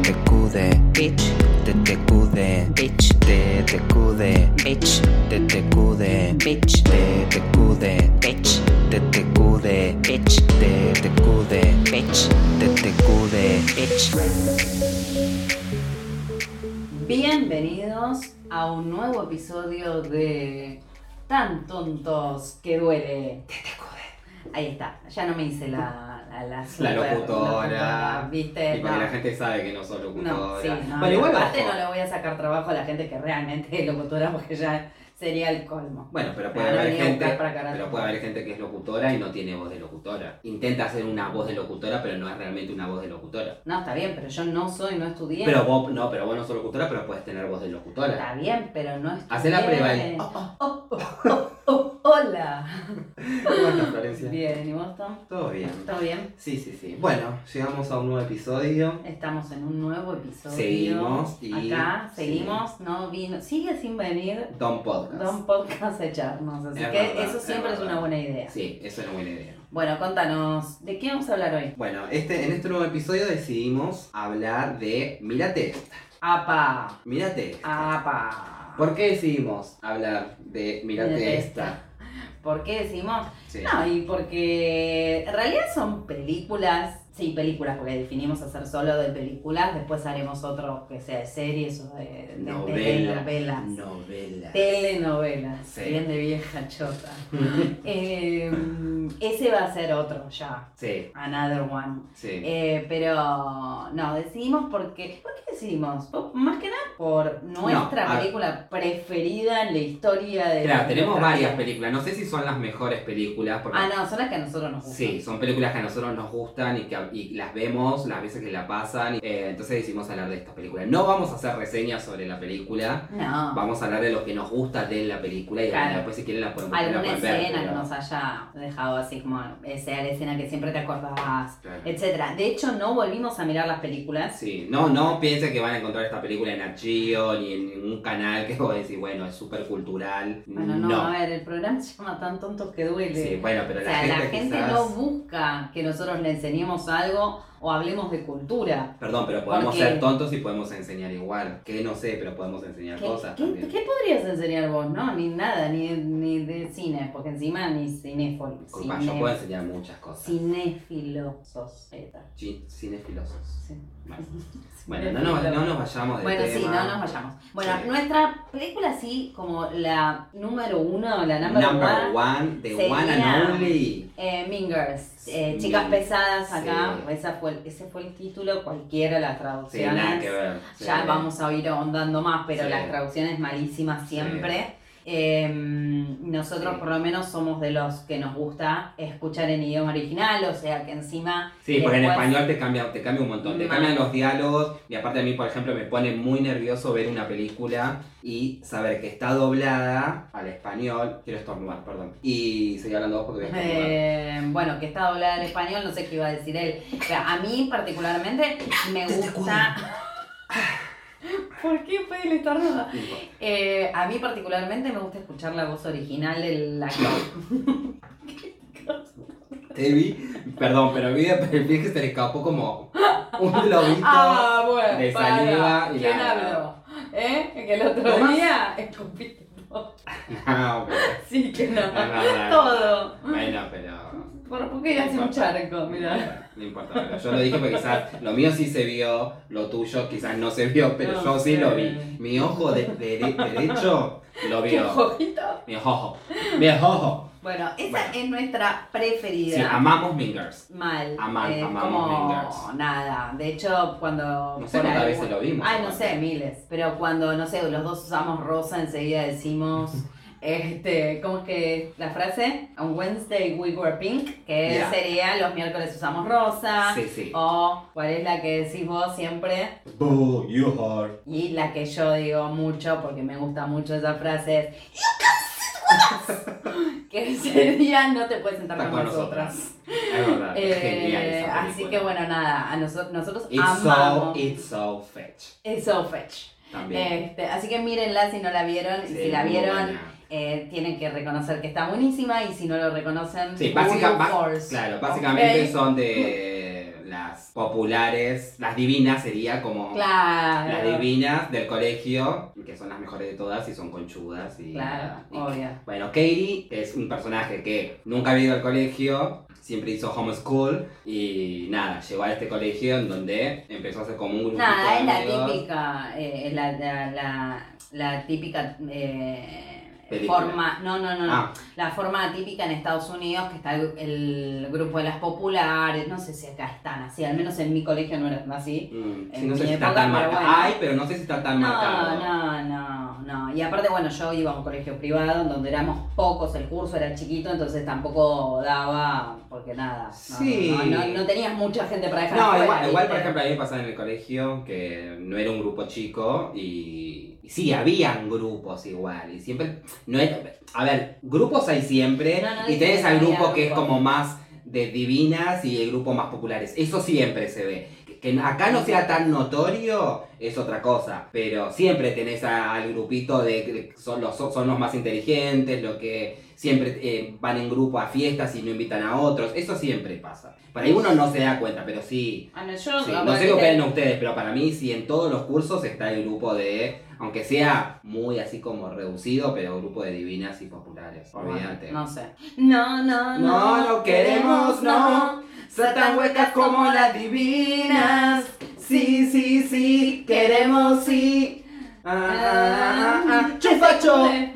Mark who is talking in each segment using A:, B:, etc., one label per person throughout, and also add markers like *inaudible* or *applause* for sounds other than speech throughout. A: TTQD,
B: bitch,
A: TTQD,
B: bitch,
A: TTQD,
B: bitch,
A: TTQD,
B: bitch,
A: TTQD,
B: bitch,
A: TTQD,
B: bitch,
A: TTQD,
B: bitch,
A: TTQD.
B: bitch.
C: Bienvenidos a un nuevo episodio de Tan Tontos que Duele. Ahí está, ya no me hice la... La, la,
D: La
C: super-
D: locutora.
C: ¿Viste?
D: Y porque
C: Eh, No.
D: la gente sabe que no soy locutora.
C: No, sí, no,
D: Bueno,
C: y
D: igual,
C: aparte
D: ojo.
C: no le voy a sacar trabajo a la gente que realmente es locutora porque ya sería el colmo.
D: Bueno, pero puede
C: Me van a
D: haber
C: venir a
D: gente.
C: buscar para carajo.
D: Pero puede haber gente que es locutora y no tiene voz de locutora. Intenta hacer una voz de locutora, pero no es realmente una voz de locutora.
C: No, está bien, pero yo no soy, no estudié.
D: Pero vos no, pero vos no sos locutora, pero puedes tener voz de locutora.
C: Está bien, pero no estudié.
D: Hacé la prueba. y- Oh, oh,
C: Oh, hola.
D: ¿Cómo estás, Florencia?
C: Bien, ¿y vos, Tom?
D: Todo bien.
C: ¿Todo bien?
D: Sí, sí, sí. Bueno, llegamos a un nuevo episodio.
C: Estamos en un nuevo episodio.
D: Seguimos y-
C: Acá,
D: sí.
C: seguimos, no vino, sigue sin venir
D: Don Podcast.
C: Don Podcast a echarnos, así
D: Es
C: que
D: verdad,
C: eso
D: es
C: siempre es,
D: verdad.
C: una buena idea.
D: Sí, eso es una buena idea.
C: Bueno, contanos, ¿de qué vamos a hablar hoy?
D: Bueno, este, en este nuevo episodio decidimos hablar de Mírate.
C: ¡Apa!
D: Mírate.
C: Ah, ¡Apa!
D: ¿Por qué decidimos hablar de Mírate,
C: Mírate
D: esta?
C: ¿Por qué decimos?
D: Sí.
C: No, y porque en realidad son películas, sí, películas, porque definimos hacer solo de películas, después haremos otro que sea de series o de, de
D: Novela.
C: telenovelas.
D: Novela.
C: Telenovelas,
D: Sí.
C: bien de vieja
D: *laughs*
C: chota. Eh, ese va a ser otro ya,
D: sí,
C: another one.
D: sí.
C: Eh, pero no, decidimos porque. ¿Por qué decidimos? Por- Más que nada por nuestra
D: a-
C: película preferida en la historia de.
D: claro,
C: de
D: tenemos
C: nuestra
D: varias
C: vida.
D: películas. No sé si son las mejores películas. Porque,
C: Ah, no, son las que a nosotros nos gustan.
D: Sí, son películas que a nosotros nos gustan y que y las vemos las veces que la pasan. Eh, entonces decidimos hablar de esta película. No vamos a hacer reseñas sobre la película.
C: No.
D: Vamos a hablar de lo que nos gusta de la película y
C: Claro.
D: después si quieren la podemos, la
C: Alguna
D: pueden ver,
C: escena que
D: pero-
C: nos haya dejado así como esa escena que siempre te acordabas,
D: Claro.
C: etcétera. De hecho, no volvimos a mirar las películas.
D: Sí, no, no piensen que van a encontrar esta película en Archivos ni en ningún canal que *laughs* vos decís, bueno, es súper cultural.
C: Bueno, no, a ver, el programa se llama Tan Tontos que Duele.
D: Sí, bueno, pero
C: O
D: la
C: sea,
D: gente,
C: la gente
D: quizás-
C: no busca que nosotros le enseñemos algo o hablemos de cultura.
D: Perdón, pero podemos
C: Porque-
D: ser tontos y podemos enseñar igual. Que no sé, pero podemos enseñar
C: ¿Qué,
D: cosas
C: qué-
D: también.
C: qué podrías enseñar vos? No, ni nada, ni, ni de cine, porque encima ni cinéfilo.
D: Disculpa, yo
C: cine-
D: puedo enseñar muchas cosas.
C: Cinéfilo sos. eh, tal.
D: Chi- Cinefilosos.
C: Sí. *laughs*
D: Bueno, Bueno, no, nos- no nos vayamos de
C: Bueno, sí,
D: tema.
C: no nos vayamos. Bueno,
D: Sí.
C: nuestra película sí, como la número uno, la number,
D: Number
C: one,
D: one, the one
C: sería-
D: and only.
C: eh, Mean Girls, eh,
D: Sí.
C: Chicas Pesadas acá,
D: Sí.
C: esa fue, ese fue el título, cualquiera de las
D: Sí,
C: traducciones.
D: nada que ver. Sí.
C: Ya vamos a ir ahondando más, pero
D: Sí.
C: las traducciones malísimas
D: Sí.
C: siempre. Eh, nosotros
D: Sí.
C: por lo menos somos de los que nos gusta escuchar en idioma original, o sea que encima...
D: Sí, porque en
C: después-
D: español te cambia, te cambia un montón, te
C: Mal.
D: cambian los diálogos y aparte a mí, por ejemplo, me pone muy nervioso ver una película y saber que está doblada al español. Quiero estornudar, perdón. Y seguí hablando
C: *laughs*
D: vos porque voy a estornudar.
C: Eh, bueno, que está doblada al español, no sé qué iba a decir él. O sea, a mí particularmente me
D: Te
C: gusta... *laughs* ¿Por qué fue el estornudo?
D: No importa.
C: Eh, a mí particularmente me gusta escuchar la voz original del *laughs* actor.
D: Te vi, perdón, pero vi de perfil que se le escapó como un globito.
C: Ah, bueno.
D: De saliva y
C: ¿Quién
D: la-
C: habló? ¿Eh? Que el otro
D: ¿Vos?
C: día escupiste todo.
D: *laughs* No, pues, pero-
C: *laughs* Sí, que no.
D: es verdad.
C: Todo.
D: Bueno, pero.
C: ¿Por por qué hace un charco? Mirá.
D: No importa, pero yo lo dije porque quizás lo mío sí se vio, lo tuyo quizás no se vio, pero
C: No
D: yo sí
C: sé.
D: lo vi. Mi ojo de, de- de- derecho lo
C: ¿Qué
D: vio.
C: ojito?
D: Mi ojo. Mi ojo.
C: Bueno, esa
D: Bueno.
C: es nuestra preferida.
D: Sí, amamos Mingers.
C: Mal.
D: Aman-
C: eh,
D: amamos Mean
C: como
D: Girls.
C: nada. De hecho, cuando.
D: No sé
C: por
D: cuántas
C: algún-
D: veces lo vimos.
C: Ay, no sé, miles. Pero cuando, no sé, los dos usamos rosa, enseguida
D: *laughs*
C: decimos. Este, ¿cómo es que la frase? On Wednesday we were pink, que
D: Yeah.
C: sería los miércoles usamos rosa.
D: Sí, sí.
C: O, ¿cuál es la que decís vos siempre?
D: Boo, you are.
C: Y la que yo digo mucho, porque me gusta mucho esa frase, es, "You can sit with us". *laughs*
D: *laughs*
C: Que sería, no te puedes sentar
D: Está
C: con,
D: con
C: nosotras.
D: nosotras. Es verdad, es
C: Eh,
D: genial esa
C: así
D: película.
C: que bueno, nada, a nosotros, nosotros
D: It's so,
C: amamos
D: it's so fetch.
C: It's so fetch.
D: También.
C: Este, así que mírenla si no la vieron, y
D: Sí,
C: si la
D: muy
C: vieron,
D: buena.
C: eh, tienen que reconocer que está buenísima, y si no lo reconocen,
D: Sí, básica-
C: Will
D: ba-
C: Force.
D: claro, básicamente
C: Ok.
D: son de la las populares, las divinas sería como
C: Claro.
D: las divinas del colegio, que son las mejores de todas y son conchudas y
C: Claro,
D: y-
C: obvio.
D: Bueno, Katie es un personaje que nunca había ido al colegio, siempre hizo homeschool y nada, llegó a este colegio en donde empezó a hacer como un grupo
C: Nada, es la
D: amigos.
C: típica, eh, es la, la, la- la típica eh,
D: Película.
C: forma, no, no, no, no.
D: Ah,
C: la forma típica en Estados Unidos que está el, el grupo de las populares, no sé si acá están así, al menos en mi colegio no era así.
D: mm, sí,
C: En
D: no sé
C: mi
D: si
C: época,
D: está tan
C: pero
D: marcado.
C: bueno.
D: Ay, pero no sé si está tan
C: No,
D: marcado.
C: no, no, no. Y aparte, bueno, yo iba a un colegio privado en donde éramos pocos, el curso era chiquito, entonces tampoco daba, porque nada, no,
D: Sí.
C: no, no, no tenías mucha gente para dejar
D: No,
C: afuera,
D: igual, igual, por
C: ¿viste?
D: ejemplo, a mí me pasaba en el colegio que no era un grupo chico y, y sí, habían grupos igual. Y siempre, no era- a ver, grupos hay siempre
C: No, no
D: y
C: dije
D: tenés
C: que
D: al
C: había
D: grupo que es
C: grupos.
D: como más de divinas y el grupo más populares. Eso siempre se ve. Que- Que acá no sea tan notorio es otra cosa, pero siempre tenés a- al grupito de que son los, son los más inteligentes, los que siempre eh, van en grupo a fiestas y no invitan a otros. Eso siempre pasa. Para ahí uno no se da cuenta, pero sí,
C: Ah, no, yo
D: Sí,
C: no,
D: no sé qué
C: viste,
D: opinan ustedes, pero para mí sí en todos los cursos está el grupo de, aunque sea muy así como reducido, pero grupo de divinas y populares.
C: bueno,
D: Olvídate.
C: No sé. No, no, no.
D: No, no queremos, no. Ser tan huecas como las divinas. Sí, sí, sí, queremos, sí. Ah, ah, ah, ah. Chupacho.
C: Te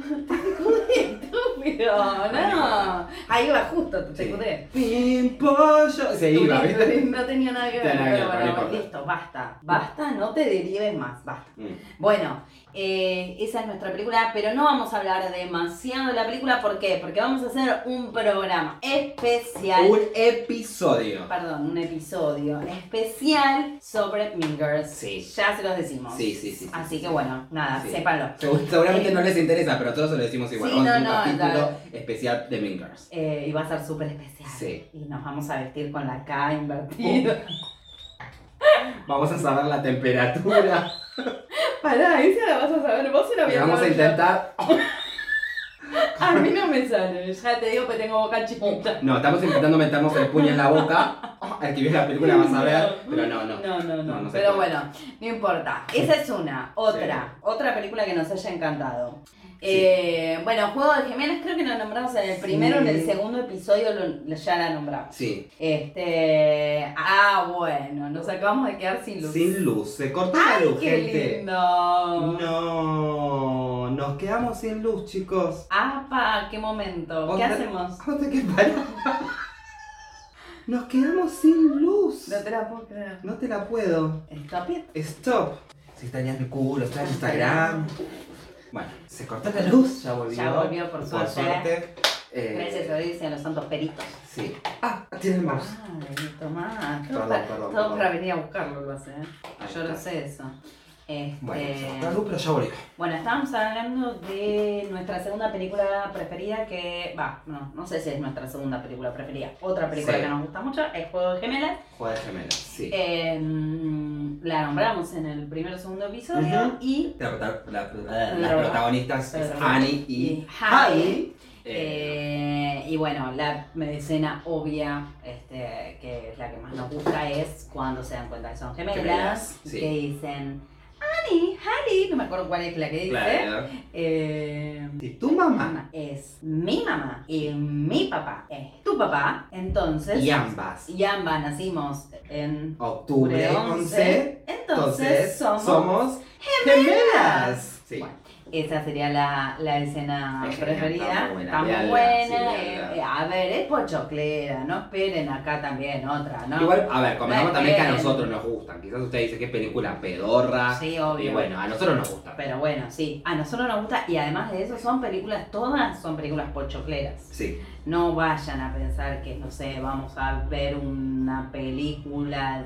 C: jodé, estúpido, no. Ahí va justo, te jodé.
D: Pin, pollo. Se iba, ¿viste?
C: No tenía nada que ver,
D: Tenía nada
C: pero
D: que ver, no
C: bueno,
D: importa.
C: listo, basta. Basta, no te derives más, basta.
D: Mm.
C: Bueno, eh, esa es nuestra película, pero no vamos a hablar demasiado de la película. ¿Por qué? Porque vamos a hacer un programa especial.
D: Un episodio.
C: Perdón, un episodio especial sobre Mean Girls.
D: Sí.
C: Ya se los decimos.
D: Sí, sí, sí, sí,
C: Así
D: sí.
C: que bueno, nada,
D: Sí.
C: sépanlo.
D: Segu- Seguramente no les interesa, pero todos se lo decimos igual.
C: Sí,
D: Vamos a
C: no,
D: hacer un
C: no,
D: capítulo especial de Mean Girls.
C: Eh, y va a ser súper especial.
D: Sí. Oh.
C: Y nos vamos a vestir con la K invertida.
D: Vamos a saber la temperatura.
C: *laughs* *laughs* Pará, esa la vas a saber. Vos se la
D: Y vamos a intentar.
C: A mí no me sale. Ya te digo que tengo boca chiquita.
D: No, estamos intentando meternos el puño en la boca. El que vio la película va a saber. Pero no, no.
C: No, no, no.
D: No, no se
C: Pero
D: puede.
C: bueno, no importa. Esa es una. Otra. Otra película que nos haya encantado. Eh, bueno, Juego de Gemelas creo que lo nombramos en el primero, en el
D: Sí.
C: segundo episodio lo- ya la nombramos.
D: Sí.
C: Este. Ah, bueno, nos acabamos de quedar sin luz.
D: Sin luz. Se cortó la
C: ¡Ay,
D: luz,
C: qué
D: gente.
C: lindo!
D: No. Nos quedamos sin luz, chicos.
C: ¡Apa! ¡Qué momento!
D: ¿Vos
C: ¿Qué
D: te-
C: hacemos?
D: ¿Dónde qué pará? Nos quedamos sin luz.
C: No te la puedo creer.
D: No te la puedo.
C: Stop it.
D: Stop. Si extrañas mi culo, extrañas Instagram. Bueno, se cortó la luz, ya volvió.
C: Ya volvió, por
D: Por
C: suerte.
D: suerte. Eh,
C: Gracias a Dios y a los santos peritos.
D: Sí. Ah, tiene el mouse.
C: Ay, tomá. Todo,
D: Perdón,
C: para,
D: perdón,
C: todo
D: perdón.
C: para venir a buscarlo lo hace, ¿eh?
D: Ahí
C: Yo lo
D: está.
C: sé eso. Este,
D: Bueno, se cortó la
C: bueno.
D: luz, pero ya volvió.
C: estábamos hablando de nuestra segunda película preferida que. Va, no, no sé si es nuestra segunda película preferida. Otra película
D: Sí.
C: que nos gusta mucho es Juego de Gemelas.
D: Joder, gemelas, sí.
C: Eh, mm, la nombramos en el primer o segundo episodio
D: Ujú.
C: y.
D: La prota- la- la- las
C: Pero-
D: protagonistas es
C: pero-
D: Annie y
C: y
D: Javi. Eh,
C: Eh, y bueno, la escena obvia, este, que es la que más nos gusta, es cuando se dan cuenta que son gemelas,
D: Gemelas,
C: y
D: sí.
C: que dicen, Ani, Hani, no me acuerdo cuál es la que dice.
D: claro.
C: Eh,
D: ¿Y tu mamá?
C: mamá es mi mamá y mi papá es tu papá, entonces,
D: Y ambas.
C: y ambas nacimos en
D: Octubre 11.
C: entonces
D: Entonces,
C: somos...
D: somos gemelas. Sí.
C: Bueno, Esa sería la, la escena
D: Es genial,
C: preferida.
D: está muy buena,
C: Está muy buena.
D: veanla, sí,
C: eh,
D: veanla.
C: eh, a ver, es pochoclera, no esperen acá también otra, ¿no?
D: Igual, a ver, comentamos
C: No,
D: también que a
C: bien.
D: nosotros nos gustan. Quizás usted dice que es película pedorra.
C: Ah, Sí, obvio.
D: Y bueno, a nosotros nos gusta.
C: Pero bueno, sí, a nosotros nos gusta y además de eso son películas, todas son películas pochocleras.
D: Sí.
C: No vayan a pensar que, no sé, vamos a ver una película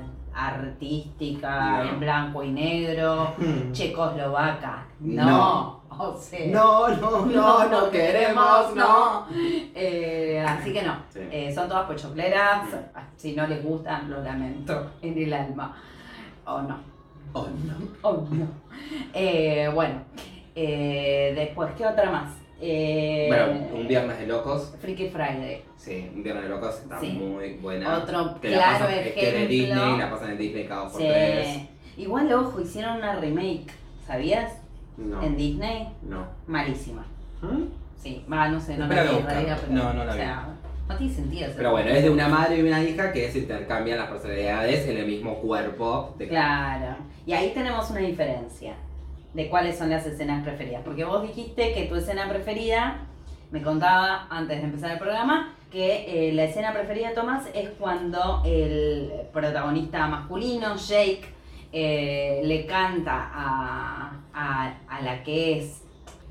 C: artística
D: No.
C: en blanco y
D: *laughs*
C: negro, checoslovaca. No,
D: No.
C: o sea...
D: No, no, no, no queremos, no.
C: Eh, así que no,
D: Sí.
C: Eh, son todas pochocleras.
D: Mm.
C: Si no les gustan, lo lamento *laughs* en el alma. O no,
D: Oh, no.
C: o no. Eh, bueno, eh, después, ¿qué otra más? Eh,
D: Bueno, un viernes de locos.
C: Freaky Friday.
D: Sí, un viernes de locos está
C: Sí.
D: muy buena.
C: Otro
D: que la
C: claro
D: pasan, es que de
C: ejemplo.
D: Disney, la pasan en Disney cada dos por tres.
C: Sí. Igual, ojo, hicieron una remake, ¿sabías?
D: No.
C: En Disney.
D: No.
C: Malísima.
D: ¿Mm?
C: Sí, va, no sé, no la
D: Pero la
C: vi en
D: busca.
C: realidad, pero,
D: No, no la
C: o
D: vi.
C: sea, no tiene sentido. hacer-
D: Pero bueno, es de una madre y una hija que se intercambian las personalidades en el mismo cuerpo. De...
C: Claro. Y ahí tenemos una diferencia de cuáles son las escenas preferidas. Porque vos dijiste que tu escena preferida, me contaba antes de empezar el programa, que eh, la escena preferida de Tomás es cuando el protagonista masculino, Jake, eh, le canta a, a- a la que es,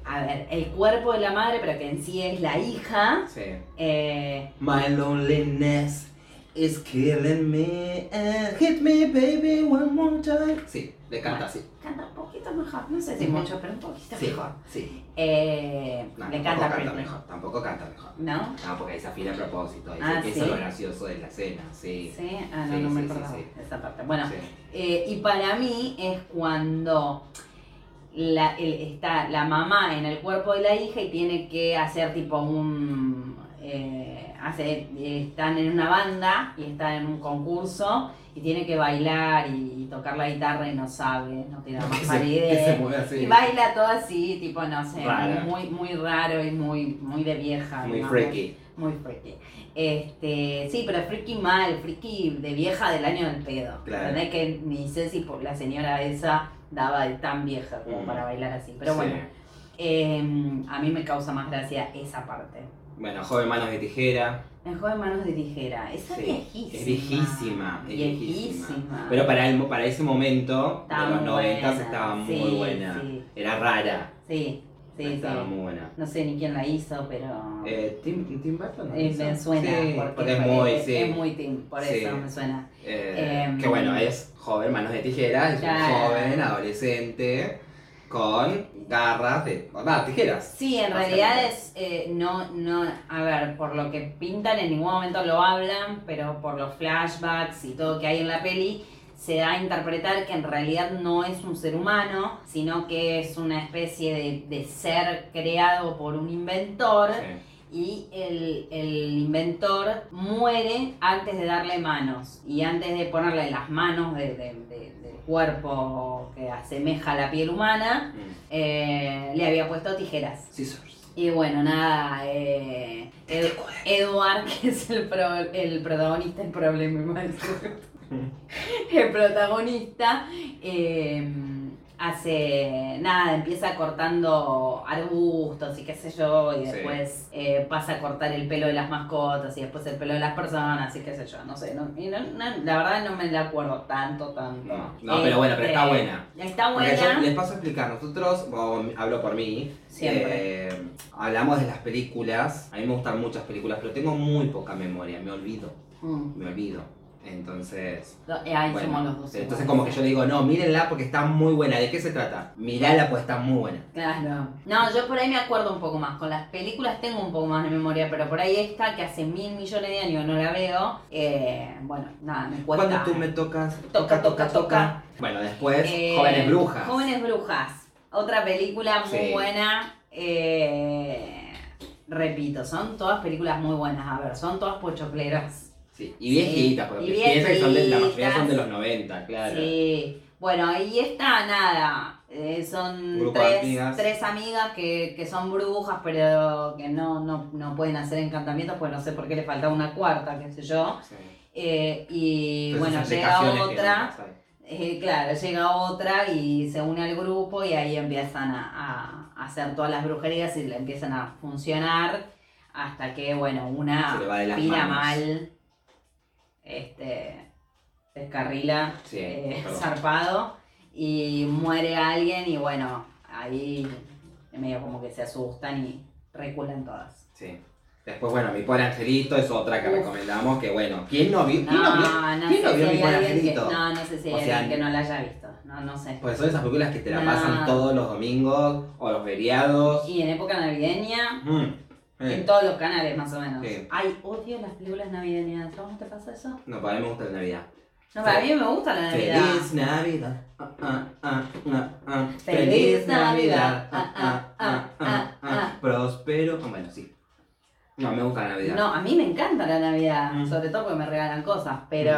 C: a ver, el cuerpo de la madre, pero que en sí es la hija.
D: Sí.
C: eh,
D: My loneliness is killing me. and hit me, baby, one more time. Sí, le canta así.
C: canta un poquito mejor, no sé si mucho, pero un poquito
D: Sí,
C: mejor.
D: sí.
C: Eh,
D: No,
C: le
D: tampoco
C: canta
D: canta
C: Britney.
D: mejor. Tampoco canta mejor.
C: ¿No?
D: No, porque ahí se afina a propósito. Eso,
C: Ah,
D: eso
C: ¿sí?
D: es lo gracioso de la escena, sí.
C: Sí, ah, no,
D: Sí,
C: no me
D: sí, sí,
C: acordaba
D: sí.
C: de esa parte. Bueno,
D: Sí.
C: eh, y para mí es cuando la- el- está la mamá en el cuerpo de la hija y tiene que hacer tipo un... eh, hace- eh, están en una banda y están en un concurso y tiene que bailar y tocar la guitarra y no sabe, no tiene la más
D: Que se-
C: pálida
D: que
C: idea.
D: se mueve así.
C: Y baila todo así, tipo, no sé,
D: Rara.
C: muy, muy raro y muy, muy de vieja.
D: Muy
C: digamos.
D: freaky.
C: Muy freaky. Este, sí, pero freaky mal, freaky de vieja del año del pedo.
D: Claro.
C: ¿Entendés? Que ni sé si por- la señora esa daba de tan vieja como
D: Mm.
C: para bailar así. Pero
D: Sí.
C: bueno, em, a mí me causa más gracia esa parte.
D: Bueno, joven manos de tijera.
C: El joven manos de tijera, esa
D: Sí,
C: viejísima.
D: Es viejísima, es viejísima.
C: Viejísima.
D: Pero para, el, para ese momento,
C: Estaba
D: de los
C: muy
D: 90
C: buena,
D: estaba muy
C: sí,
D: buena.
C: sí.
D: Era rara.
C: Sí, sí, sí.
D: estaba muy buena.
C: No sé ni quién la hizo, pero.
D: Eh, Tim, Tim Burton. ¿no?
C: eh, me suena.
D: Sí,
C: porque,
D: es muy,
C: es,
D: sí.
C: es muy teen, por
D: Sí.
C: eso me suena.
D: Eh,
C: Em,
D: que bueno, es joven, manos de tijera, es
C: Claro.
D: un joven, adolescente, con garras de. ah, tijeras.
C: Sí, en realidad es, eh, no, no, a ver, por lo que pintan en ningún momento lo hablan, pero por los flashbacks y todo que hay en la peli, se da a interpretar que en realidad no es un ser humano, sino que es una especie de, de ser creado por un inventor
D: Sí.
C: y el, el inventor muere antes de darle manos y antes de ponerle las manos de- de- de- del cuerpo que asemeja a la piel humana,
D: Mm.
C: eh, le había puesto tijeras.
D: Scissors.
C: Y bueno, nada, eh,
D: Este
C: Ed- Edward, que es el, pro- el protagonista, el problema
D: *laughs*
C: del sujeto. El protagonista eh, hace, nada, empieza cortando arbustos y qué sé yo, y
D: Sí.
C: después eh, pasa a cortar el pelo de las mascotas y después el pelo de las personas y qué sé yo, no sé, no- y no- no- la verdad no me la acuerdo tanto, tanto.
D: No, no, pero bueno, pero está
C: Este,
D: buena.
C: Está
D: Porque yo
C: buena,
D: les paso a explicar, nosotros, o hablo por mí,
C: siempre.
D: eh, hablamos de las películas, a mí me gustan muchas películas, pero tengo muy poca memoria, me olvido,
C: Mm.
D: me olvido. Entonces,
C: Eh, ahí
D: Bueno,
C: somos los dos.
D: Entonces
C: iguales.
D: como que yo le digo, no, mírenla porque está muy buena. ¿De qué se trata? Mirala pues está muy buena.
C: Claro. No, yo por ahí me acuerdo un poco más. Con las películas tengo un poco más de memoria, pero por ahí esta, que hace mil millones de años no la veo, eh, bueno, nada, me cuesta.
D: Cuando tú me tocas,
C: Toca, toca, toca.
D: Bueno, después,
C: Eh,
D: Jóvenes Brujas.
C: Jóvenes Brujas. Otra película muy
D: Sí.
C: buena. eh, repito, son todas películas muy buenas. A ver, son todas pochocleras.
D: Sí, Y viejitas, porque
C: Y
D: piensa que son de, la mayoría
C: viejitas.
D: son de los 90, claro.
C: Sí. Bueno, y esta, nada. eh, son
D: Grupo de
C: tres
D: amigas.
C: tres amigas que, que son brujas, pero que no, no, no pueden hacer encantamientos, pues no sé por qué le falta una cuarta, qué sé yo.
D: Sí.
C: Eh, y
D: Entonces,
C: bueno,
D: esas
C: llega
D: explicaciones que
C: otra.
D: no saben.
C: Eh, claro, llega otra y se une al grupo y ahí empiezan a, a hacer todas las brujerías y le empiezan a funcionar hasta que, bueno, una
D: Se le va de las
C: pila
D: manos.
C: mal, este, descarrila,
D: Sí,
C: eh,
D: perdón.
C: zarpado y muere alguien y bueno, ahí medio como que se asustan y reculan todas.
D: Sí. Después, bueno, Mi Pobre Angelito es otra que
C: Uf.
D: recomendamos, que bueno, ¿quién no vio? ¿Quién no, vio?
C: No, no
D: ¿Quién
C: sé
D: no
C: si
D: vio
C: hay
D: Mi Pobre
C: alguien que,
D: Angelito?
C: no, no sé si hay
D: O sea,
C: alguien que no la haya visto, no, no sé.
D: Pues son esas películas que te la
C: No.
D: pasan todos los domingos o los feriados.
C: Y en época navideña...
D: Mm. Eh.
C: En todos los canales, más o menos.
D: Sí.
C: Ay, odio las películas navideñas. ¿Cómo te pasa eso?
D: No, para mí me gusta la Navidad.
C: No, pero a mí me gusta la Navidad.
D: Feliz Navidad. Ah, ah, ah, ah, ah.
C: Feliz Navidad. Ah, ah, ah, ah, ah.
D: Próspero. Ah, bueno, sí. No, me gusta la Navidad.
C: No, a mí me encanta la Navidad,
D: Mm.
C: sobre todo porque me regalan cosas, pero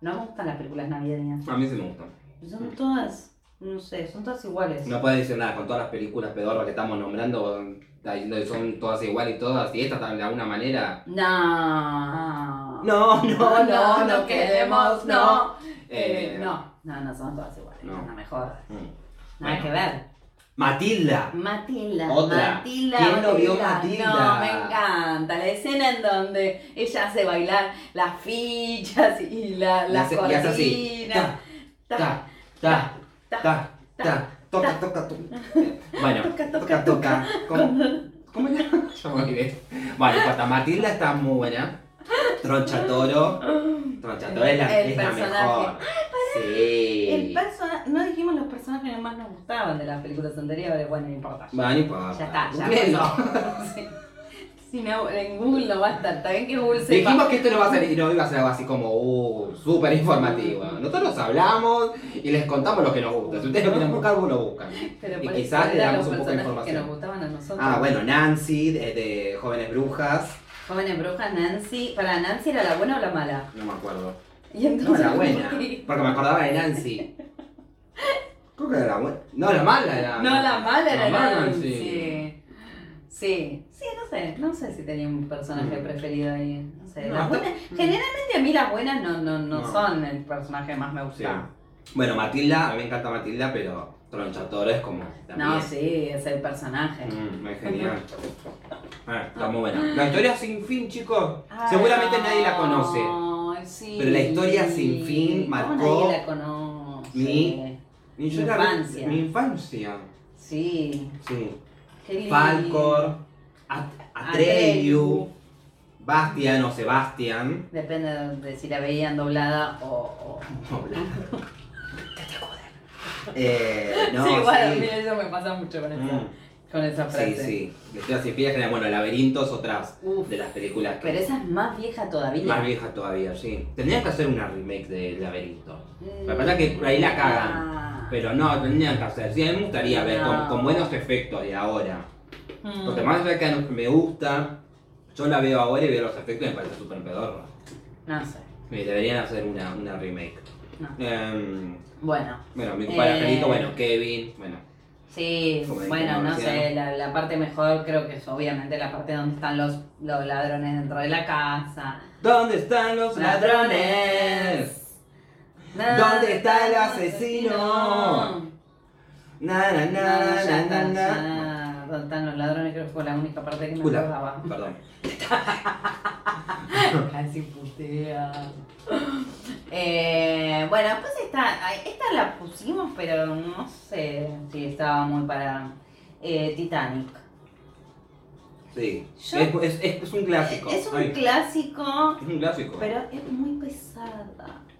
C: no me gustan las películas navideñas.
D: A mí sí me gusta.
C: Son todas, no sé, son todas iguales.
D: Mm. No puedes decir nada con todas las películas pedorras que estamos nombrando. está diciendo que son todas iguales y todas. Y esta está de alguna manera.
C: No.
D: No, no, no,
C: no queremos, no.
D: Eh,
C: Eh, no, no, no, son todas iguales.
D: no.
C: No, no me jodas.
D: Mm.
C: Nada
D: Bueno.
C: que ver.
D: Matilda.
C: Matilda,
D: Otra.
C: Matilda,
D: ¿Quién no vio Matilda?
C: No, me encanta. La escena en donde ella hace bailar las fichas y la,
D: Y
C: las
D: hace- y hace así.
C: cortinas.
D: Ta, ta, ta,
C: ta,
D: ta, ta. Toca, toca, toca. Bueno,
C: Toca, toca,
D: toca, toca. ¿Cómo, cómo era? Yo me olvidé. Bueno, Pata Matilda está muy buena. Troncha Toro. Troncha Toro es la,
C: El
D: es la
C: personaje.
D: mejor. Sí.
C: El persona- no dijimos los personajes que más nos gustaban de las películas anteriores, bueno, no importa.
D: Bueno, no importa.
C: Ya está, ya
D: Googleenlo.
C: pasó. *laughs* Sí. Si no, en Google no va a estar, está bien que Google sepa.
D: Dijimos que esto no, va a ser, no iba a ser algo así como uh, súper informativo. Nosotros hablamos y les contamos lo que nos gusta. Si ustedes lo quieren buscar, vos lo buscan.
C: Pero
D: y
C: por
D: quizás
C: eso
D: le
C: eran
D: damos
C: los
D: un poco de
C: personajes que
D: información.
C: nos gustaban a nosotros.
D: Ah, bueno, Nancy, de, de Jóvenes Brujas.
C: Jóvenes brujas, Nancy. Para Nancy era la buena o la mala.
D: No me acuerdo.
C: Y
D: No
C: entonces, *laughs*
D: era buena,
C: ¿por qué?
D: porque me acordaba de Nancy. Creo que era buena. No, la mala era.
C: No, la mala era
D: mala,
C: Nancy.
D: sí.
C: Sí. sí, no sé. No sé si tenía un personaje
D: Mm.
C: preferido ahí. No sé.
D: No,
C: las
D: está- mm.
C: buenas, generalmente a mí las buenas no, no, no,
D: No.
C: son el personaje que más me
D: Sí.
C: gusta.
D: Bueno, Matilda, a mí me encanta Matilda, pero Tronchatoro es como. también.
C: No, sí, es el personaje.
D: Mm,
C: *laughs*
D: es genial. Ah, está muy buena. La historia sin fin, chicos.
C: Ay,
D: Seguramente nadie la conoce.
C: ay, sí.
D: Pero la historia sin fin
C: ¿Cómo
D: marcó
C: Nadie la conoce.
D: mi- Ni yo la vi-
C: Infancia.
D: Mi infancia.
C: Sí.
D: Sí.
C: Qué lindo.
D: Falcor, At- Atreyu, Bastian o Sebastian.
C: Depende de, de si la veían doblada o. o-
D: Eh, no,
C: sí, igual,
D: sí.
C: mira, eso me pasa mucho con esa,
D: Mm,
C: con esa
D: sí,
C: frase.
D: sí. Le estoy así, pide general. Bueno, Laberintos otras
C: Uf,
D: de las películas que-
C: pero esa es más vieja todavía.
D: más viejas todavía, sí. Tendrían que hacer una remake de Laberinto.
C: Mm.
D: Lo que pasa es que por ahí la cagan.
C: Ah.
D: Pero no, tendrían que hacer. Sí, a mí me gustaría ver con,
C: No.
D: con buenos efectos de ahora.
C: Mm.
D: Porque más allá de que no- me gusta, yo la veo ahora y veo los efectos y me parece súper pedorra.
C: No sé.
D: Me deberían hacer una, una remake.
C: No.
D: Em,
C: Bueno,
D: bueno, mi compadre
C: Eh.
D: Angelito, bueno, Kevin, bueno.
C: sí,
D: Como dije,
C: bueno,
D: no,
C: no
D: sí,
C: sé, la, la parte mejor creo que es obviamente la parte donde están los, los ladrones dentro de la casa.
D: ¿Dónde están los ladrones? ¿Dónde está el asesino? Na, na,
C: No, ya
D: na, na,
C: está,
D: na, na.
C: ya. ¿Dónde están los ladrones? Creo que fue la única parte que me
D: Pula,
C: acordaba.
D: Perdón.
C: Casi putea. Eh, bueno, pues esta, ay, esta la pusimos, pero no sé si estaba muy para eh, Titanic.
D: Sí.
C: Yo-
D: Es, es- es- es un clásico.
C: Es un
D: Ay,
C: clásico,
D: es un clásico.
C: pero es muy pesada.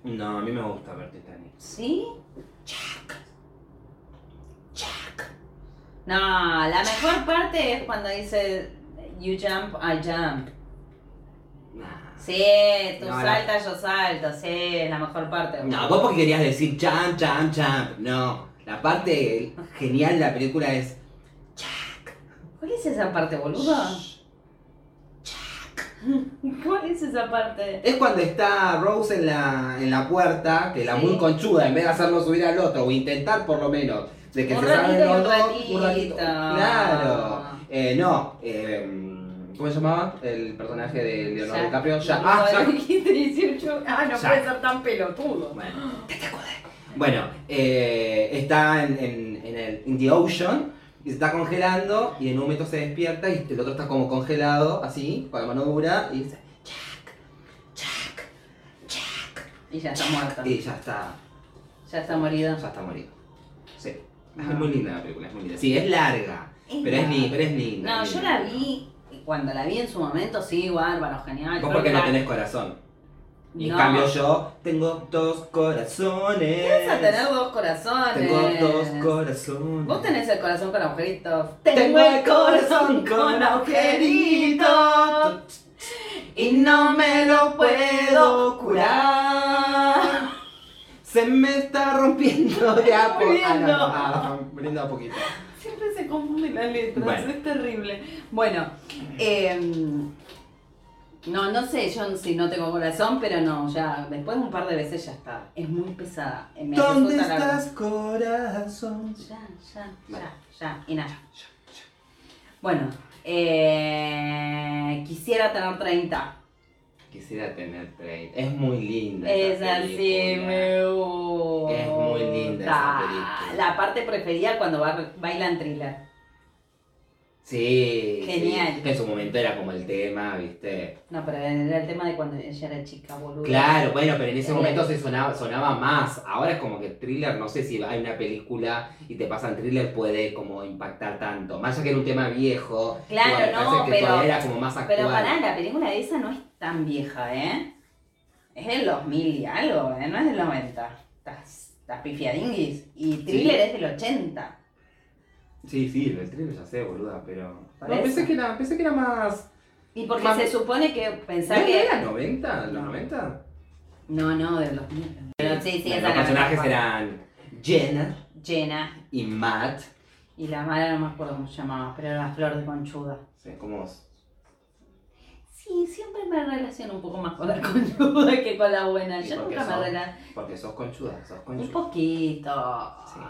D: No, a mí me gusta ver Titanic.
C: ¿Sí? Jack. Jack. No, la mejor parte es cuando dice You jump, I jump.
D: Nah.
C: Sí, tú
D: No, la-
C: saltas, yo salto. Sí, la mejor parte.
D: No, vos porque querías decir champ, champ, champ. No. La parte genial de la película es.
C: ¿Cuál es esa parte, boludo? *laughs* ¿Cuál es esa parte?
D: Es cuando está Rose en la, en la puerta, que la
C: Sí.
D: muy conchuda, en vez de hacerlo subir al otro, o intentar por lo menos, de que
C: Un
D: se salgan
C: ratito y
D: los
C: un
D: dos, un
C: ratito.
D: ratito. Claro. Eh, no, eh, ¿cómo se llamaba? El personaje de Leonardo
C: Jack.
D: DiCaprio. Ya.
C: No,
D: Ah, Jack.
C: *laughs* dijiste 18. Ah, no
D: Ya.
C: puede ser tan pelotudo.
D: Bueno, te te acuerdas. Bueno, eh, está en, en- en el in the ocean y se está congelando y en un momento se despierta y el otro está como congelado, así, con la mano dura y dice,
C: Y ya está muerta.
D: y ya está,
C: Ya está morida.
D: Eh, ya está morido. Sí.
C: Ah.
D: Es muy linda la película, es muy linda. Sí, es larga, pero es, li- pero es linda.
C: No,
D: es
C: yo
D: linda.
C: la vi. y Cuando la vi en su momento, sí, bárbaro, genial.
D: Vos
C: creo
D: porque
C: que
D: no
C: la-
D: tenés corazón. Y en
C: No.
D: cambio yo tengo dos corazones.
C: ¿Qué Vas a tener dos corazones.
D: Tengo dos corazones.
C: Vos tenés el corazón con agujeritos.
D: Tengo el corazón con agujeritos.
C: Y no
D: me lo puedo curar.
C: *laughs*
D: Se me está rompiendo de a po- ah, no,
C: muriendo.
D: ah, muriendo a poquito.
C: Siempre se confunden las letras,
D: Bueno.
C: es terrible. Bueno, eh, no, no sé, yo si no tengo corazón, pero no, ya después de un par de veces ya está. Es muy pesada. eh, me
D: ¿Dónde
C: resulta la-
D: estás, corazón?
C: Ya, ya,
D: Vale.
C: ya, ya, y nada. Bueno, eh, quisiera tener 30.
D: Quisiera tener 30. Es muy linda.
C: Es
D: esa
C: así,
D: película.
C: me gusta.
D: Es muy linda esa película.
C: La parte preferida cuando ba- bailan thriller.
D: Sí.
C: Genial.
D: sí. Que en su momento era como el tema, ¿viste?
C: No, pero era el tema de cuando ella era chica, boludo.
D: Claro, bueno, pero en ese
C: Eh.
D: momento se sonaba, sonaba más. Ahora es como que thriller, no sé si hay una película y te pasan thriller, puede como impactar tanto. Más allá que era un tema viejo.
C: Claro,
D: igual me
C: no,
D: parece que
C: pero-
D: todavía era como más actual.
C: Pero pará, la película de esa no es tan vieja, ¿eh? Es del 2000 y algo, ¿eh? No es del 90. Estás, estás pifiadinguis. Y Thriller es del 80.
D: Sí, sí, el thriller ya sé, boluda, pero.
C: Por
D: No,
C: eso.
D: pensé que era, pensé que era más.
C: Y porque
D: Mam-
C: se supone que pensar
D: ¿No
C: que...
D: era 90? ¿Los
C: No.
D: 90?
C: No, no, del 2000. Pero sí, sí,
D: Bueno,
C: esa era
D: los
C: la
D: personajes
C: mejor.
D: eran Jenna
C: Jenna.
D: y Matt.
C: Y la madre no me acuerdo cómo se llamaba, pero era la flor de conchuda.
D: Sí, como
C: Sí, siempre me relaciono un poco más con la *laughs* conchuda que con la buena.
D: Sí,
C: Yo
D: porque
C: nunca me
D: son-
C: relaciono.
D: Porque sos conchuda, sos
C: Un
D: conchuda.
C: poquito.
D: Sí.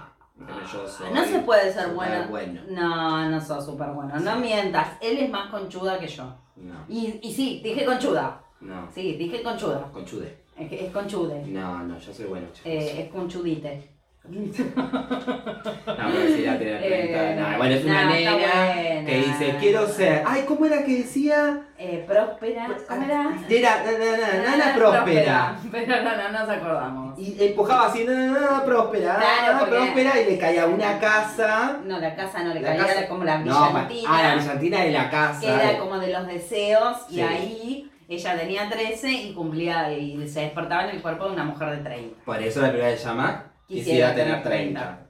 D: Pero yo soy
C: Ah, no se puede ser
D: súper
C: buena.
D: bueno.
C: No, no sos súper bueno. No
D: Sí.
C: mientas. Él es más conchuda que yo.
D: No,
C: Y, y sí, dije conchuda.
D: no.
C: Sí, dije conchuda.
D: Conchude.
C: Es, que- es conchude.
D: No, no, yo soy bueno, chicos.
C: Eh, es
D: *laughs*
C: conchudite.
D: No, pero
C: *laughs*
D: sí la tenía
C: eh,
D: renta. No, bueno, es una
C: no, está
D: nena
C: buena.
D: que dice, quiero ser. Ay, ¿cómo era que decía?
C: Eh, próspera. ¿Cómo era?
D: Era na, na, na, nana próspera.
C: *laughs* Pero no, no nos acordamos.
D: Y empujaba así, na, na, na, próspera,
C: Claro,
D: nana
C: porque-
D: próspera, y le caía una casa.
C: No, la casa no le
D: La
C: caía
D: casa-
C: era como la
D: No, pa-
C: brillantina.
D: ah, la brillantina de la casa.
C: que era como de los deseos y
D: Sí.
C: ahí ella tenía 13 y cumplía y se despertaba en el cuerpo de una mujer de 30.
D: Por eso la primera se llama Quisiera, tener 30.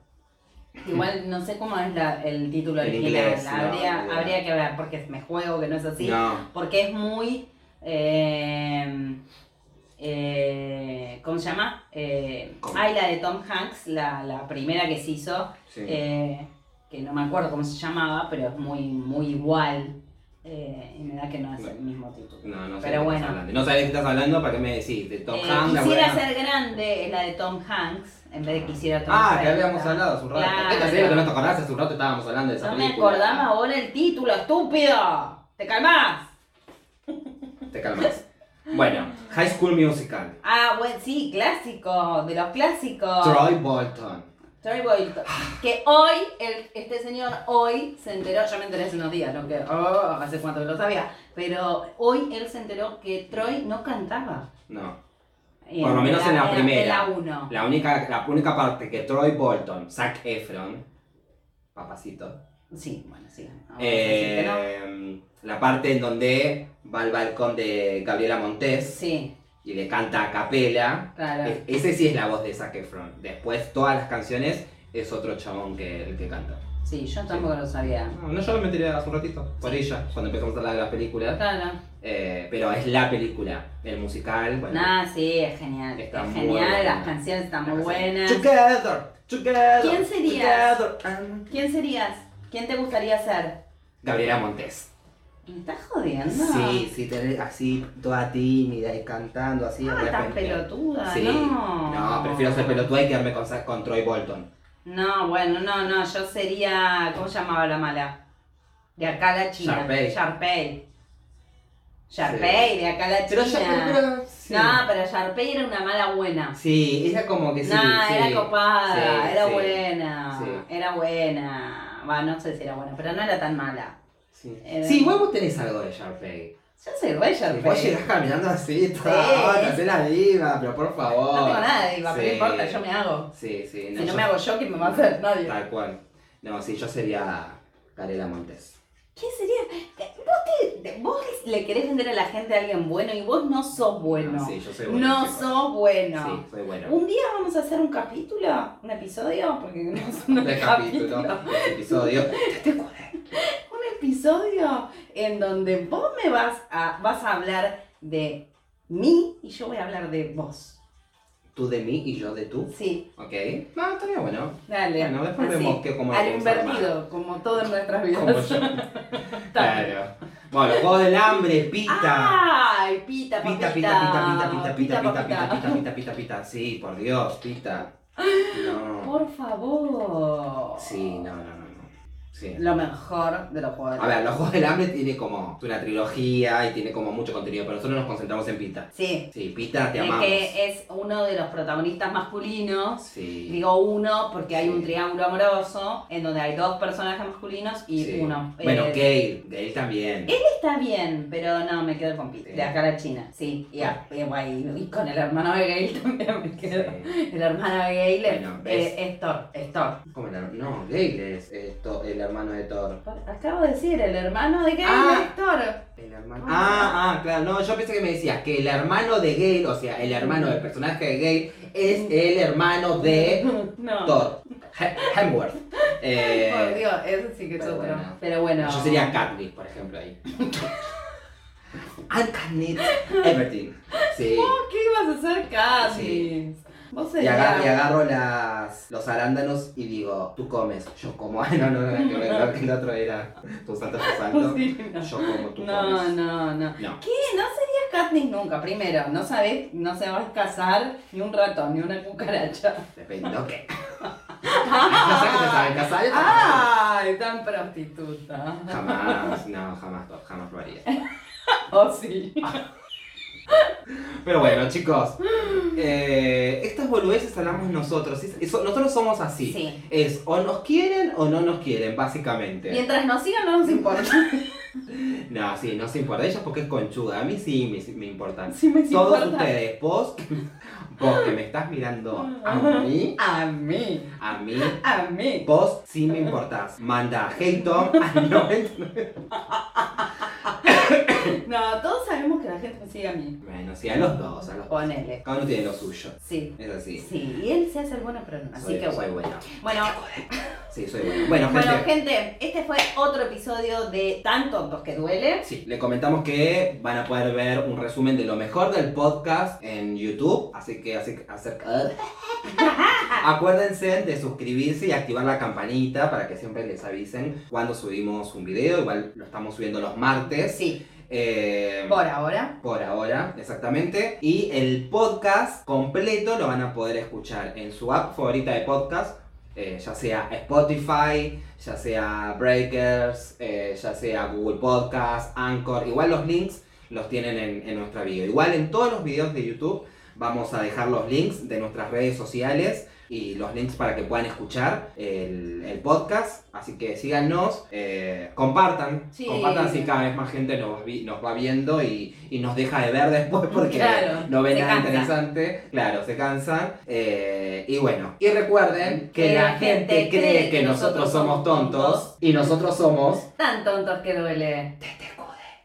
C: Igual no sé cómo es la- el título
D: En
C: original,
D: inglés, no,
C: habría,
D: ni idea.
C: habría que ver porque me juego que no es así,
D: No,
C: porque es muy... eh, eh, ¿Cómo se llama? Eh,
D: ¿Cómo?
C: ay, la de Tom Hanks, la, la primera que se hizo,
D: sí.
C: eh, que no me acuerdo cómo se llamaba, pero es muy, muy igual. eh, y me da que no es el mismo título.
D: No, no sé
C: Pero
D: de qué
C: bueno.
D: estás hablando. No sabés de qué estás hablando, ¿para qué me decís? De Tom
C: Eh,
D: Hanks, la
C: quisiera
D: buena-
C: ser grande es la de Tom Hanks, en vez de quisiera tener
D: Ah, que
C: 30.
D: habíamos hablado hace un rato.
C: Claro.
D: Esta serie que no te acordás, hace un rato estábamos hablando de esa
C: No me
D: película.
C: acordaba ahora el título, estúpido. ¿Te calmás?
D: Te calmas. Bueno, High School Musical.
C: Ah, bueno, sí, clásico, de los clásicos.
D: Troy Bolton.
C: Troy Bolton. Que hoy, el- este señor hoy se enteró, yo me enteré hace unos días, no que oh, hace cuánto que lo sabía, pero hoy él se enteró que Troy no cantaba.
D: No. Por lo menos en la primera.
C: En la 1.
D: La única, la única parte que Troy Bolton, Zac Efron, papacito,
C: Sí, Ah, bueno, sí. no vamos a decir que no.
D: eh, la parte en donde va al balcón de Gabriela Montes
C: Sí,
D: y le canta a capela.
C: claro.
D: E- Ese sí es la voz de Zac Efron. Después todas las canciones es otro chabón que el que canta.
C: Sí, yo tampoco lo sabía.
D: Ah, No, no, yo lo metería hace un ratito. Por ella, cuando empezamos a hablar de las películas.
C: Claro.
D: Eh, pero es la película. El musical, bueno.
C: Nah, sí, es genial.
D: Está
C: es
D: muy
C: genial,
D: buena.
C: las canciones están muy buenas.
D: Together, together.
C: ¿Quién sería?
D: together, Ah, and-
C: ¿Quién serías? ¿Quién te gustaría ser?
D: Gabriela Montes.
C: ¿Me estás jodiendo?
D: Sí, sí, tenés así toda tímida y cantando así.
C: Ah,
D: de
C: estás
D: repente.
C: pelotuda,
D: Sí.
C: no.
D: No, prefiero ser pelotuda y quedarme con, Sa- con Troy Bolton.
C: No, bueno, no, no, yo sería. ¿Cómo se llamaba la mala? De acá a la China.
D: Sharpay.
C: Sharpay. Sharpay, de acá a la China.
D: Pero yo pero, sí.
C: No, pero Sharpay era una mala buena.
D: Sí, era como que sí.
C: no,
D: sí.
C: era copada,
D: Sí,
C: era
D: sí.
C: buena,
D: Sí.
C: era buena. Va, no sé si era buena, pero no era tan mala.
D: Sí.
C: Era-
D: Sí, igual vos tenés algo de Sharpay.
C: Yo soy re Sharpay.
D: Vos llegás caminando así, toda,
C: Sí.
D: "Ay, te hacés la diva, pero por favor.
C: No tengo nada de diva, pero no
D: Sí.
C: importa, yo me hago.
D: Sí, sí.
C: Si no
D: yo-
C: me hago yo, ¿quién me va a hacer? Nadie.
D: Tal cual. No, sí, yo sería Garela Montes.
C: ¿Qué sería? Eh, Vos, te- vos le querés vender a la gente a alguien bueno y vos no sos bueno.
D: No, Ah, sí, yo soy bueno.
C: No
D: chicos.
C: sos bueno.
D: Sí, soy bueno.
C: Un día vamos a hacer un capítulo, un episodio, porque no es un
D: Este
C: capítulo.
D: capítulo, este episodio.
C: Un episodio en donde vos me vas a, vas a hablar de mí y yo voy a hablar de vos.
D: tú de mí y yo de tú.
C: Sí,
D: Ok. No, estaría bueno.
C: dale.
D: Bueno, después
C: Así,
D: vemos qué- cómo lo
C: Al
D: podemos armar.
C: invertido, como todo en nuestras vidas.
D: Como
C: *laughs*
D: yo. Claro. Bueno, juego del hambre, pita.
C: ¡Ay, pita,
D: Pita, pita,
C: Ah, papita!
D: pita, pita, pita, pita, pita, pita, pita, pita, pita, pita. Sí, por Dios, pita. No.
C: Por favor.
D: Sí, no, no, no. no. Sí.
C: Lo mejor de los juegos.
D: A ver, los Juegos del Hambre tiene como una trilogía y tiene como mucho contenido, pero nosotros nos concentramos en Pita.
C: Sí.
D: Sí, Pita, te
C: Es
D: amamos.
C: que es uno de los protagonistas masculinos.
D: Sí.
C: Digo uno porque hay un
D: Sí.
C: triángulo amoroso en donde hay dos personajes masculinos y
D: sí.
C: uno.
D: Bueno,
C: Eh,
D: Gale, Gale también.
C: Está bien, pero no, me quedo con Pete.
D: Sí.
C: De acá a la China, sí. Y, a- y guay, y con el hermano de Gail *laughs* también me
D: Sí.
C: quedo. El hermano de Gail es,
D: Bueno,
C: eh, es Thor. Es Thor.
D: ¿Cómo era? No, Gale es eh, To- el hermano de Thor.
C: Acabo de decir, el hermano de Gail
D: Ah.
C: es Thor.
D: El hermano.
C: Ah.
D: Ah, ah, claro. No, yo pensé que me decías que el hermano de Gale, o sea, el hermano del personaje de Gale, es el hermano de
C: *laughs* No.
D: Thor. He-
C: *laughs*
D: Hemsworth. Eh,
C: Por Dios, eso sí que es
D: pero
C: otro.
D: bueno.
C: Pero bueno.
D: Yo sería Katniss, por ejemplo, ahí. I'm Katniss. Everything. Sí.
C: ¿Qué ibas a hacer casi?
D: Sí.
C: Vos
D: Y
C: serías.
D: agarro, y agarro las, los arándanos y digo, tú comes, yo como. Ah, no, no, no, que el- que el otro era, tú saltas, yo salto.
C: *laughs* Sí, no.
D: Yo como, tú
C: No,
D: comes.
C: no, no.
D: No.
C: ¿Qué? No serías Katniss nunca. Primero, no sabés, no se vas a casar ni un ratón, ni una cucaracha.
D: Depende, ok. *laughs* No sé que se saben casar. yo tampoco.
C: Ah, ¡Ay, tan prostituta! *laughs*
D: Jamás, no, jamás, no, jamás lo haría.
C: Oh, sí.
D: Pero bueno, chicos, eh, estas boludeces hablamos nosotros. es- es- nosotros somos así.
C: Sí.
D: Es o nos quieren o no nos quieren, básicamente.
C: Mientras nos sigan, no nos importa. *laughs*
D: No, sí, no se importa. Ella porque es conchuda. A mí sí me, me importan.
C: Sí me
D: Todos
C: importa.
D: ustedes, vos, *laughs* vos que me estás mirando a mí,
C: A mí,
D: a mí,
C: a mí.
D: vos sí me importás. Manda hate Tom
C: *laughs*
D: al 90.
C: No, todos sabemos que la gente me sigue a mí.
D: Bueno, sí, a los dos, a los dos.
C: Ponele.
D: Cada uno tiene lo suyo.
C: Sí.
D: Es así.
C: Sí, y él se hace el bueno, pero no. Así
D: Soy-
C: que
D: Soy
C: bueno.
D: buena.
C: Bueno,
D: Sí, soy buena. Bueno, gente.
C: bueno, gente, este fue otro episodio de Tan Tontos que Duele.
D: Sí, le comentamos que van a poder ver un resumen de lo mejor del podcast en YouTube, así que así,
C: *laughs*
D: acerca- acuérdense de suscribirse y activar la campanita para que siempre les avisen cuando subimos un video, igual lo estamos subiendo los martes.
C: Sí,
D: eh,
C: por ahora.
D: por ahora, exactamente. Y el podcast completo lo van a poder escuchar en su app favorita de podcast, eh, ya sea Spotify, ya sea Breakers, eh, ya sea Google Podcast, Anchor. Igual los links los tienen en, en nuestra video. Igual en todos los videos de YouTube vamos a dejar los links de nuestras redes sociales. Y los links para que puedan escuchar el, el podcast. Así que síganos, eh, compartan.
C: Sí.
D: Compartan si cada vez más gente nos, vi- nos va viendo y, y nos deja de ver
C: *laughs*
D: después porque
C: Claro,
D: no ven
C: se
D: nada
C: cansan.
D: interesante. Claro, se cansan. Eh, y bueno, y recuerden que la gente cree que nosotros somos tontos y nosotros somos...
C: Tan tontos que duele. Tete.